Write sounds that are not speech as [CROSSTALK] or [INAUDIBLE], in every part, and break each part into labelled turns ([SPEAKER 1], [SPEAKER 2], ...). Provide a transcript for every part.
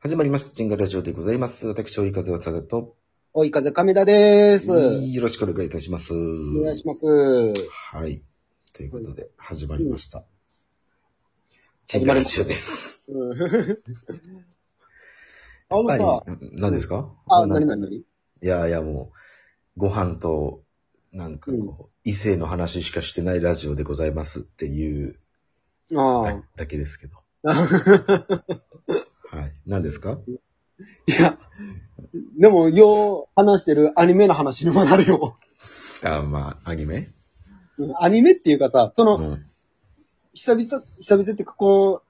[SPEAKER 1] 始まりました。チンガラジオでございます。私、追い風はただと、
[SPEAKER 2] 追い風亀田です。お
[SPEAKER 1] よろしくお願いいたします。お
[SPEAKER 2] 願いし
[SPEAKER 1] ま
[SPEAKER 2] ます。
[SPEAKER 1] す。はい。ということで、始まりました。チン
[SPEAKER 2] 始
[SPEAKER 1] ガ
[SPEAKER 2] まり
[SPEAKER 1] ラ
[SPEAKER 2] ました
[SPEAKER 1] ジオです。
[SPEAKER 2] あの
[SPEAKER 1] や
[SPEAKER 2] さ
[SPEAKER 1] っ、ぱり、何ですか
[SPEAKER 2] あ、
[SPEAKER 1] な
[SPEAKER 2] なになになに
[SPEAKER 1] いやいや、もう、ご飯と、なんかこう、異性の話しかしてないラジオでございますっていうだ
[SPEAKER 2] あ
[SPEAKER 1] だけですけど。
[SPEAKER 2] [LAUGHS] あ。
[SPEAKER 1] はい。何ですか
[SPEAKER 2] いや、でも、よう話してるアニメの話にもなるよ。
[SPEAKER 1] あ、まあ、アニメ
[SPEAKER 2] アニメっていうかさ、そうの、
[SPEAKER 1] ん。
[SPEAKER 2] 久々、久々ってかこ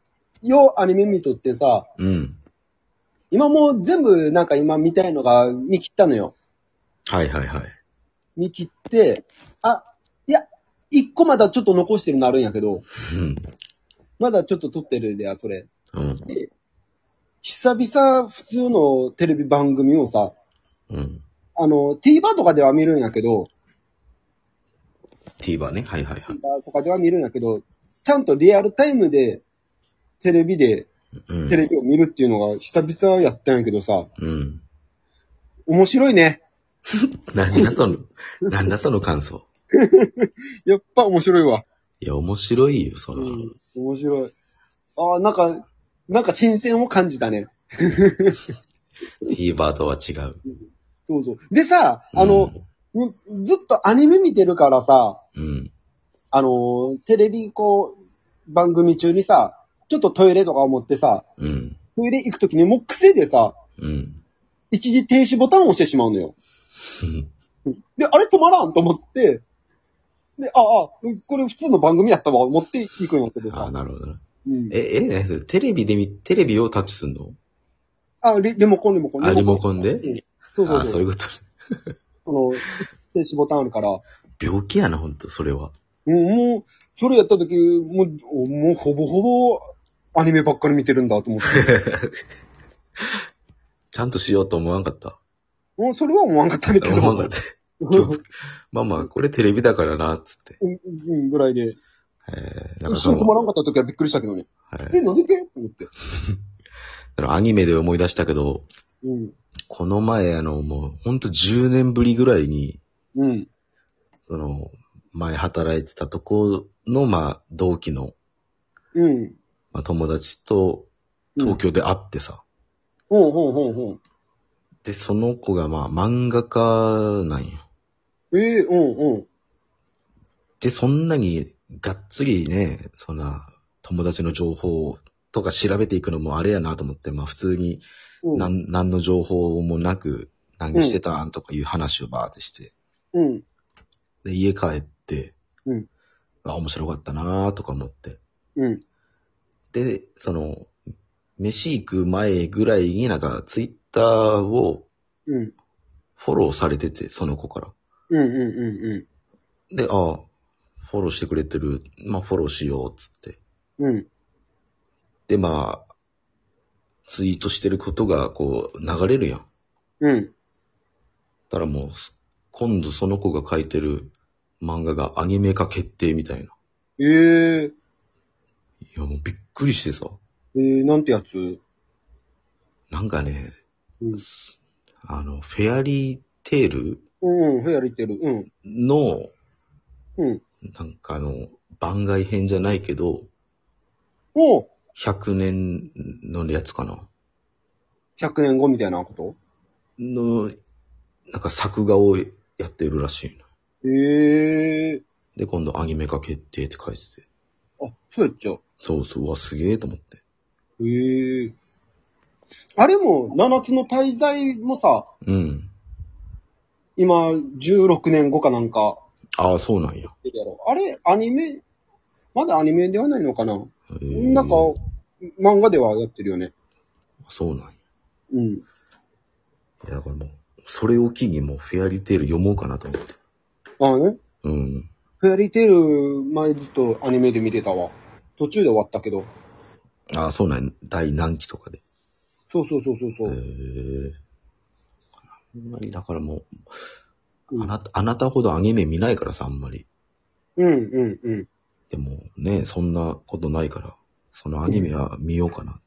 [SPEAKER 2] う、ようアニメ見とってさ、
[SPEAKER 1] うん。
[SPEAKER 2] 今もう全部なんか今見たいのが見切ったのよ。
[SPEAKER 1] はいはいはい。
[SPEAKER 2] 見切って、あ、いや、一個まだちょっと残してるのあるんやけど、
[SPEAKER 1] うん。
[SPEAKER 2] まだちょっと撮ってるでや、それ。
[SPEAKER 1] うん。
[SPEAKER 2] 久々普通のテレビ番組をさ、
[SPEAKER 1] うん。
[SPEAKER 2] あの、TVer とかでは見るんやけど、
[SPEAKER 1] TVer ね。はいはいはい。
[SPEAKER 2] TVer とかでは見るんやけど、ちゃんとリアルタイムで、テレビで、
[SPEAKER 1] うん。
[SPEAKER 2] テレビを見るっていうのが久々やったんやけどさ、
[SPEAKER 1] うん。
[SPEAKER 2] 面白いね。
[SPEAKER 1] なんだその、なんだその感想。
[SPEAKER 2] やっぱ面白いわ。
[SPEAKER 1] いや、面白いよ、そら。
[SPEAKER 2] うん、面白い。ああ、なんか、なんか新鮮を感じたね。
[SPEAKER 1] TVer とは違う。
[SPEAKER 2] そうそう。でさ、あの、もうずっとアニメ見てるからさ、
[SPEAKER 1] うん、うん。
[SPEAKER 2] あのーテレビこう、番組中にさ、ちょっとトイレとか思ってさ、
[SPEAKER 1] うん。
[SPEAKER 2] トイレ行くときにもう癖でさ、
[SPEAKER 1] うん。
[SPEAKER 2] 一時停止ボタンを押してしまうのよ。で、あれ止まらんと思って、で、ああ、うんこれ普通の番組やったわ、思って行くんやけど
[SPEAKER 1] あ
[SPEAKER 2] さ
[SPEAKER 1] あ、。なるほどな。
[SPEAKER 2] うん、
[SPEAKER 1] え、え、何それテレビで見、テレビをタッチすんの
[SPEAKER 2] あリ、リモコン、リモコン。
[SPEAKER 1] あ、リモコンで
[SPEAKER 2] うんそうそ
[SPEAKER 1] あ
[SPEAKER 2] う
[SPEAKER 1] あ、
[SPEAKER 2] そう
[SPEAKER 1] そういうこと。
[SPEAKER 2] あの、停止ボタンあるから。
[SPEAKER 1] 病気やな、ほんと、それは。
[SPEAKER 2] うん、もう、それやったとき、もう、もうほぼほぼアニメばっかり見てるんだと思って。
[SPEAKER 1] [LAUGHS] ちゃんとしようと思わんかった。
[SPEAKER 2] もうそれは思わんかったね、けど。
[SPEAKER 1] 思わんかった。気をつけまあまあ、これテレビだからな、つって。
[SPEAKER 2] うん、うん、ぐらいで。
[SPEAKER 1] えー、なんかそ
[SPEAKER 2] 一瞬止
[SPEAKER 1] の、
[SPEAKER 2] まらんかった時はびっくりしたけどね。
[SPEAKER 1] はい
[SPEAKER 2] え、なんでけと思って。
[SPEAKER 1] あのアニメで思い出したけど、
[SPEAKER 2] うん。
[SPEAKER 1] この前、あの、もう、ほんと10年ぶりぐらいに、
[SPEAKER 2] うん。
[SPEAKER 1] その、前働いてたとこの、まあ、同期の、
[SPEAKER 2] うん。
[SPEAKER 1] まあ、友達と、東京で会ってさ、
[SPEAKER 2] ほうほうほうほ
[SPEAKER 1] で、その子が、まあ、漫画家なんよ。
[SPEAKER 2] う。ええうんうん。
[SPEAKER 1] で、そんなに、がっつりね、そんな、友達の情報とか調べていくのもあれやなと思って、まあ、普通に、
[SPEAKER 2] うん。
[SPEAKER 1] なん、何の情報もなく、何してたんとかいう話をバーってして、
[SPEAKER 2] うん。
[SPEAKER 1] で、家帰って、
[SPEAKER 2] うん
[SPEAKER 1] あ、面白かったなーとか思って、
[SPEAKER 2] うん。
[SPEAKER 1] で、その、飯行く前ぐらいになんか、ツイッターを
[SPEAKER 2] うん。
[SPEAKER 1] フォローされてて、その子から。
[SPEAKER 2] うん。うん。う
[SPEAKER 1] で、ああ、フォローしてくれてる。まあ、フォローしよう、つって。
[SPEAKER 2] ん。うん。
[SPEAKER 1] で、まあ、ツイートしてることが、こう、流れるやん。だ
[SPEAKER 2] うん。
[SPEAKER 1] からもう、今度その子が書いてる漫画がアニメ化決定みたいな。
[SPEAKER 2] ええ
[SPEAKER 1] いや、もうびっくりしてさ。
[SPEAKER 2] ええなんてやつ
[SPEAKER 1] なんかね、
[SPEAKER 2] うん
[SPEAKER 1] あの、フェアリーテール
[SPEAKER 2] うん。うん。部屋行ってる。うん。
[SPEAKER 1] の、
[SPEAKER 2] うん。
[SPEAKER 1] なんかあの、番外編じゃないけど、
[SPEAKER 2] おう
[SPEAKER 1] 100年のやつかな。
[SPEAKER 2] !100 年後みたいなこと
[SPEAKER 1] の、なんか作画をやってるらしいな。
[SPEAKER 2] ええ
[SPEAKER 1] で、今度アニメ化決定って書いてて。
[SPEAKER 2] あ、そうやっちゃう。
[SPEAKER 1] そうそう、うわ、すげえと思って。
[SPEAKER 2] ええあれも、七つの滞在もさ、
[SPEAKER 1] うん。
[SPEAKER 2] 今、16年後かなんか、
[SPEAKER 1] ああ、そうなんや。
[SPEAKER 2] やろあれ、アニメ、まだアニメではないのかな
[SPEAKER 1] へえ
[SPEAKER 2] なんか、漫画ではやってるよね。
[SPEAKER 1] そうなんや。
[SPEAKER 2] うん。
[SPEAKER 1] いや、だからもう、それを機にもうフェアリーテール読もうかなと思って。
[SPEAKER 2] ああね。
[SPEAKER 1] うん。
[SPEAKER 2] フェアリーテール、前ずっとアニメで見てたわ。途中で終わったけど。
[SPEAKER 1] ああ、そうなんや。第何期とかで。
[SPEAKER 2] そうそうそうそう。
[SPEAKER 1] へ
[SPEAKER 2] そう
[SPEAKER 1] え。あんまり、だからも
[SPEAKER 2] う
[SPEAKER 1] う、あ
[SPEAKER 2] ん、
[SPEAKER 1] なた、あなたほどアニメ見ないからさ、あんまり。
[SPEAKER 2] うん、うん、うん。
[SPEAKER 1] でもね、そんなことないから、そのアニメは見ようかな。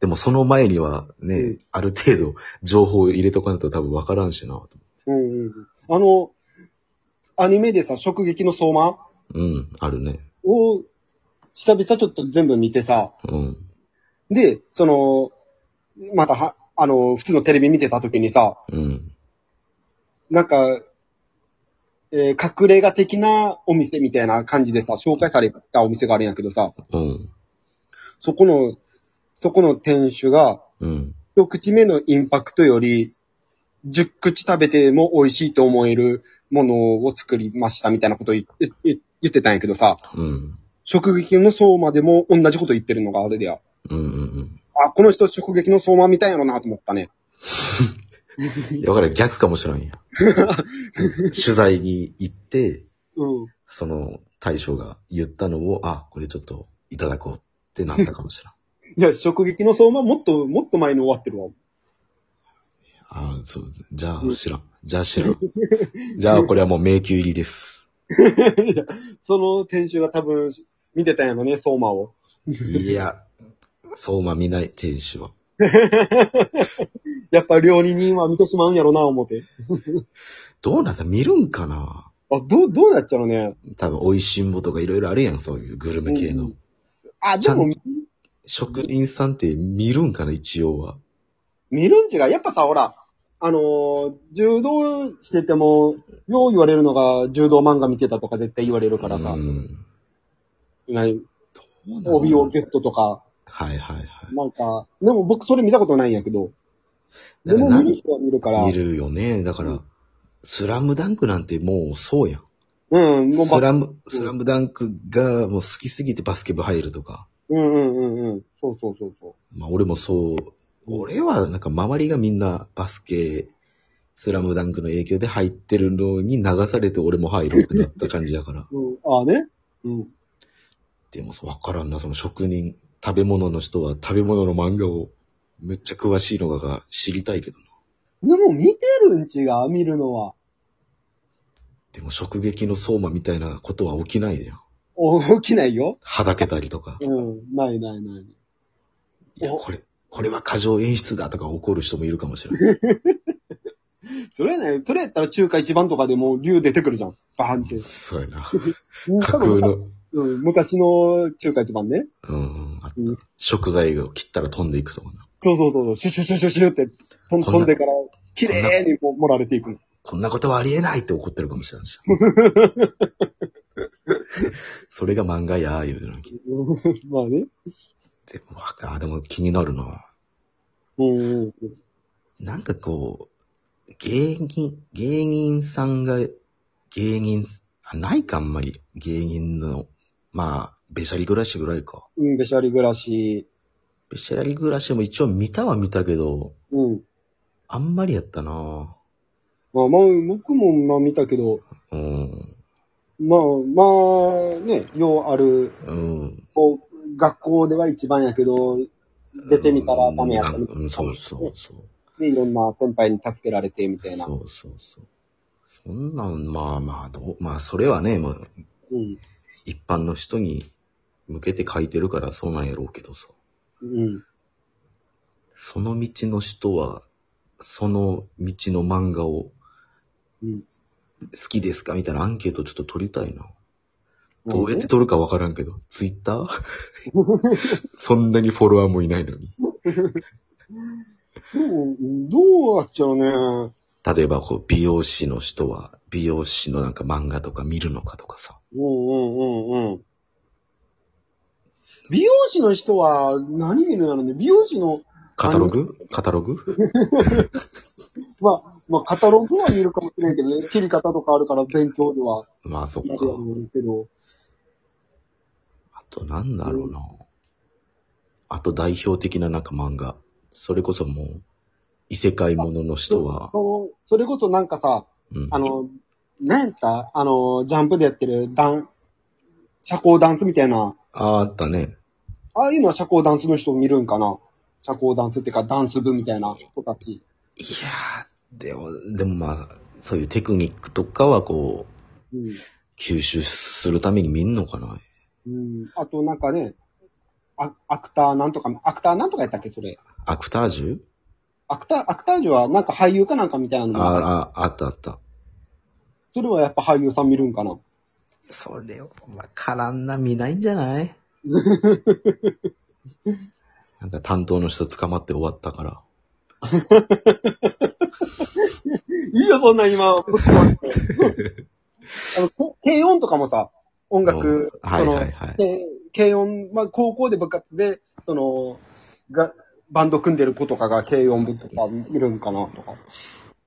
[SPEAKER 1] でもその前にはね、
[SPEAKER 2] うん
[SPEAKER 1] ある程度情報を入れとかないと多分わからんしな。
[SPEAKER 2] うんうんうん。あの、アニメでさ、直撃の相馬
[SPEAKER 1] うん、あるね。
[SPEAKER 2] を、久々ちょっと全部見てさ、
[SPEAKER 1] うん。
[SPEAKER 2] で、その、または、あの、普通のテレビ見てた時にさ、
[SPEAKER 1] うん。
[SPEAKER 2] なんか、えー隠れ家的なお店みたいな感じでさ、紹介されたお店があるんやけどさ、
[SPEAKER 1] うん。
[SPEAKER 2] そこの、そこの店主が、
[SPEAKER 1] うん。
[SPEAKER 2] 一口目のインパクトより、十口食べても美味しいと思えるものを作りましたみたいなことを言って言言ってたんやけどさ、
[SPEAKER 1] うん。
[SPEAKER 2] 食撃の相馬でも同じこと言ってるのがあれだよ。
[SPEAKER 1] うん。うん。
[SPEAKER 2] あ、この人食撃の相馬みたいやろなと思ったね。 [LAUGHS]
[SPEAKER 1] うん。だからん逆かもしれんや。取材に行って、
[SPEAKER 2] うん。
[SPEAKER 1] その大将が言ったのを、あ、これちょっといただこうってなったかもしれん。
[SPEAKER 2] いや、食撃の相馬もっと、もっと前に終わってるわ。
[SPEAKER 1] [LAUGHS] あそう。じゃあ知らん。じゃあ知らん。じゃあこれはもう迷宮入りです。
[SPEAKER 2] いやその店主が多分見てたんやろね、相馬を。
[SPEAKER 1] いや、そうま見ない、店主は。
[SPEAKER 2] やっぱ料理人は見てしまうんやろな、思って。
[SPEAKER 1] どうなんだ見るんかな
[SPEAKER 2] あ、どう、どうなっちゃうのね。
[SPEAKER 1] 多分、美味しんぼとかいろいろあるやん、そういうグルメ系
[SPEAKER 2] う
[SPEAKER 1] の
[SPEAKER 2] ん。あ、でも、
[SPEAKER 1] 職人さんって見るんかな、一応は。
[SPEAKER 2] 見るん違う。やっぱさ、ほら、あのー柔道してても、よう言われるのが、柔道漫画見てたとか絶対言われるからさ、
[SPEAKER 1] うん。
[SPEAKER 2] ない
[SPEAKER 1] どうなの
[SPEAKER 2] 帯をゲットとか、
[SPEAKER 1] はいはい
[SPEAKER 2] なんか、でも僕それ見たことないんやけど、でも
[SPEAKER 1] な
[SPEAKER 2] 見る人は見るか
[SPEAKER 1] は
[SPEAKER 2] ら、
[SPEAKER 1] い。見るよね。だから、スラムダンクなんてもうそうやん。
[SPEAKER 2] うん、もう
[SPEAKER 1] ス
[SPEAKER 2] ば、
[SPEAKER 1] ラム、スラムダンクがもう好きすぎてバスケ部入るとか。
[SPEAKER 2] うんうんうんうん、そうそうそうそう。
[SPEAKER 1] まあ俺もそう、俺はなんか周りがみんなバスケ、スラムダンクの影響で入ってるのに流されて俺も入ろうってなった感じだから。 [LAUGHS]
[SPEAKER 2] うん、ああね。うん。
[SPEAKER 1] でもそうわからんな、その職人、食べ物の人は食べ物の漫画をめっちゃ詳しいのかが知りたいけどな。
[SPEAKER 2] でも見てるん違う見るのは。
[SPEAKER 1] でも食撃の相馬みたいなことは起きないじゃん。
[SPEAKER 2] お起きないよ。
[SPEAKER 1] はだけたりとか。
[SPEAKER 2] うん。ないないない。
[SPEAKER 1] いや、
[SPEAKER 2] お
[SPEAKER 1] これ、これは過剰演出だとか怒る人もいるかもしれ
[SPEAKER 2] [LAUGHS]
[SPEAKER 1] ない。
[SPEAKER 2] それね、それやったら中華一番とかでもう竜出てくるじゃん。バーンって。
[SPEAKER 1] そうやな。
[SPEAKER 2] 多
[SPEAKER 1] 架
[SPEAKER 2] 分
[SPEAKER 1] 空の、
[SPEAKER 2] うん、昔の中華一番ね。
[SPEAKER 1] うん、あった
[SPEAKER 2] うん
[SPEAKER 1] 食材を切ったら飛んでいくとかな。
[SPEAKER 2] そうそうそうそう、シュシュシュシュシュって飛ん
[SPEAKER 1] こんな
[SPEAKER 2] 飛んでから、綺麗にも盛られていくの。 [LAUGHS]
[SPEAKER 1] こんなことはありえないって怒ってるかもしれないし。それが漫画や、言うのに。
[SPEAKER 2] まあね。
[SPEAKER 1] でも、わかあ、でも気になるな。
[SPEAKER 2] うんうん
[SPEAKER 1] なんかこう、芸人、芸人さんが、芸人、あないかあんまり。芸人の、まあ、べしゃり暮らしぐらいか。
[SPEAKER 2] うん。うん、べしゃり暮らし。
[SPEAKER 1] べしゃり暮らしも一応見たは見たけど、
[SPEAKER 2] うん。
[SPEAKER 1] あんまりやったな
[SPEAKER 2] まあまあ、僕もまあ見たけど、
[SPEAKER 1] うん。
[SPEAKER 2] まあまあね、ようある、
[SPEAKER 1] うん。
[SPEAKER 2] こう、学校では一番やけど、出てみたらダメやったみたいな
[SPEAKER 1] うん、そうそうそう。
[SPEAKER 2] で、いろんな先輩に助けられて、みたいな。
[SPEAKER 1] そうそうそう。そんなん、まあまあ、どう、まあそれはね、もう
[SPEAKER 2] うん。
[SPEAKER 1] 一般の人に向けて書いてるからそうなんやろうけどさ。
[SPEAKER 2] うん。
[SPEAKER 1] その道の人は、その道の漫画を
[SPEAKER 2] うん。
[SPEAKER 1] 好きですかみたいなアンケートちょっと取りたいな。どうやって取るかわからんけど、ツイッター [LAUGHS] そんなにフォロワーもいないのに。
[SPEAKER 2] でも、どうやっちゃうね。
[SPEAKER 1] 例えば、こう、美容師の人は、美容師のなんか漫画とか見るのかとかさ。
[SPEAKER 2] うんうんうんうん。美容師の人は何見るんやろね。美容師の、
[SPEAKER 1] カタログカタログ
[SPEAKER 2] まあ、まあ、カタログは見るかもしれんけどね。切り方とかあるから勉強では
[SPEAKER 1] まあそっ
[SPEAKER 2] 見
[SPEAKER 1] か
[SPEAKER 2] る。やろうけど。
[SPEAKER 1] あとなんだろうな。あと代表的ななんか漫画。それこそもう、異世界ものの人は、
[SPEAKER 2] そのそれこそなんかさ、
[SPEAKER 1] うん。
[SPEAKER 2] あの、なんやったあの、ジャンプでやってるダン、社交ダンスみたいな。
[SPEAKER 1] ああったね。
[SPEAKER 2] ああいうのは社交ダンスの人見るんかな社交ダンスっていうか、ダンス部みたいな人たち。
[SPEAKER 1] いやー、でも、でもまあ、そういうテクニックとかはこう、
[SPEAKER 2] うん。
[SPEAKER 1] 吸収するために見んのかな。
[SPEAKER 2] うん。あとなんかね、あアクターなんとか、アクターなんとかやったっけ、それ。
[SPEAKER 1] アクタージュ
[SPEAKER 2] アクター、アクタージュはなんか俳優かなんかみたいなのが
[SPEAKER 1] ああ、あったあった。
[SPEAKER 2] それはやっぱ俳優さん見るんかな。
[SPEAKER 1] それを、わからんな、見ないんじゃない [LAUGHS] なんか担当の人捕まって終わったから。
[SPEAKER 2] いいよ、そんなん [LAUGHS] 今。あの、こ軽音とかもさ、音楽、
[SPEAKER 1] はいはいは
[SPEAKER 2] その
[SPEAKER 1] い。
[SPEAKER 2] で軽音、まあ、高校で部活で、その、が、バンド組んでる子とかが軽音部とか見るんかな、とか。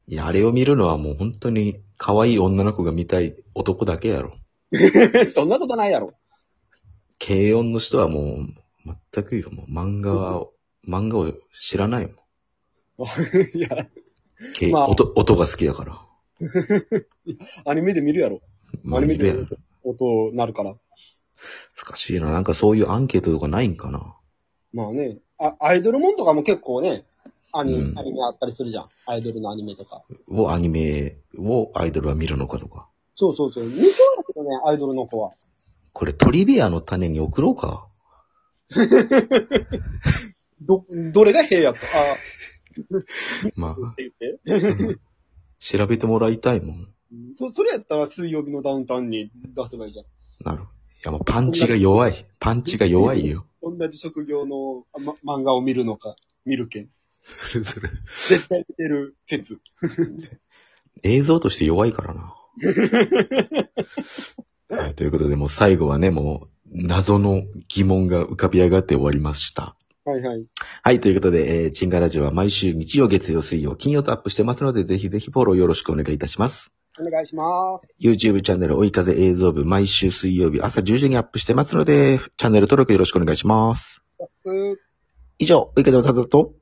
[SPEAKER 1] いや、あれを見るのはもう本当に可愛い女の子が見たい男だけやろ。
[SPEAKER 2] [LAUGHS] そんなことないやろ。
[SPEAKER 1] 軽音の人はもう、全くよ、もう漫画は、漫画を知らないもん。
[SPEAKER 2] [LAUGHS] いや、
[SPEAKER 1] 軽
[SPEAKER 2] まあ
[SPEAKER 1] 音、音が好きだから。
[SPEAKER 2] アニメで見るやろ。
[SPEAKER 1] ま
[SPEAKER 2] アニメ
[SPEAKER 1] 見る
[SPEAKER 2] で
[SPEAKER 1] やん
[SPEAKER 2] 音なるから。
[SPEAKER 1] 難しいな。なんかそういうアンケートとかないんかな。
[SPEAKER 2] まあね、あアイドルもんとかも結構ね、アニ,、
[SPEAKER 1] うん
[SPEAKER 2] アニメあったりするじゃん。アイドルのアニメとか。
[SPEAKER 1] をアニメをアイドルは見るのかとか。
[SPEAKER 2] そうそうそう。見そうだけどね、アイドルの子は。
[SPEAKER 1] これトリビアの種に送ろうか。
[SPEAKER 2] ど、どれが平やったあ、
[SPEAKER 1] まあ、
[SPEAKER 2] って言って。
[SPEAKER 1] 調べてもらいたいもん。
[SPEAKER 2] そ、それやったら水曜日のダウンタウンに出せばいいじゃ
[SPEAKER 1] なる。いや、もうパンチが弱い。パンチが弱い
[SPEAKER 2] [LAUGHS]
[SPEAKER 1] よ。
[SPEAKER 2] ん。同じ職業のあま漫画を見るのか、見るけん。
[SPEAKER 1] それそれ
[SPEAKER 2] 絶対見てる説。
[SPEAKER 1] 映像として弱いからな。はい、ということで、もう最後はね、もう、謎の疑問が浮かび上がって終わりました。
[SPEAKER 2] はいはい。
[SPEAKER 1] はい、ということで、えー、チンガラジオは毎週日曜、月曜、水曜、金曜とアップしてますので、ぜひぜひフォローよろしくお願いいたします。
[SPEAKER 2] お願いします。
[SPEAKER 1] YouTube チャンネル追い風映像部毎週水曜日朝10時にアップしてますので、チャンネル登録よろしくお願いします。
[SPEAKER 2] うー
[SPEAKER 1] 以上、追い風のただと、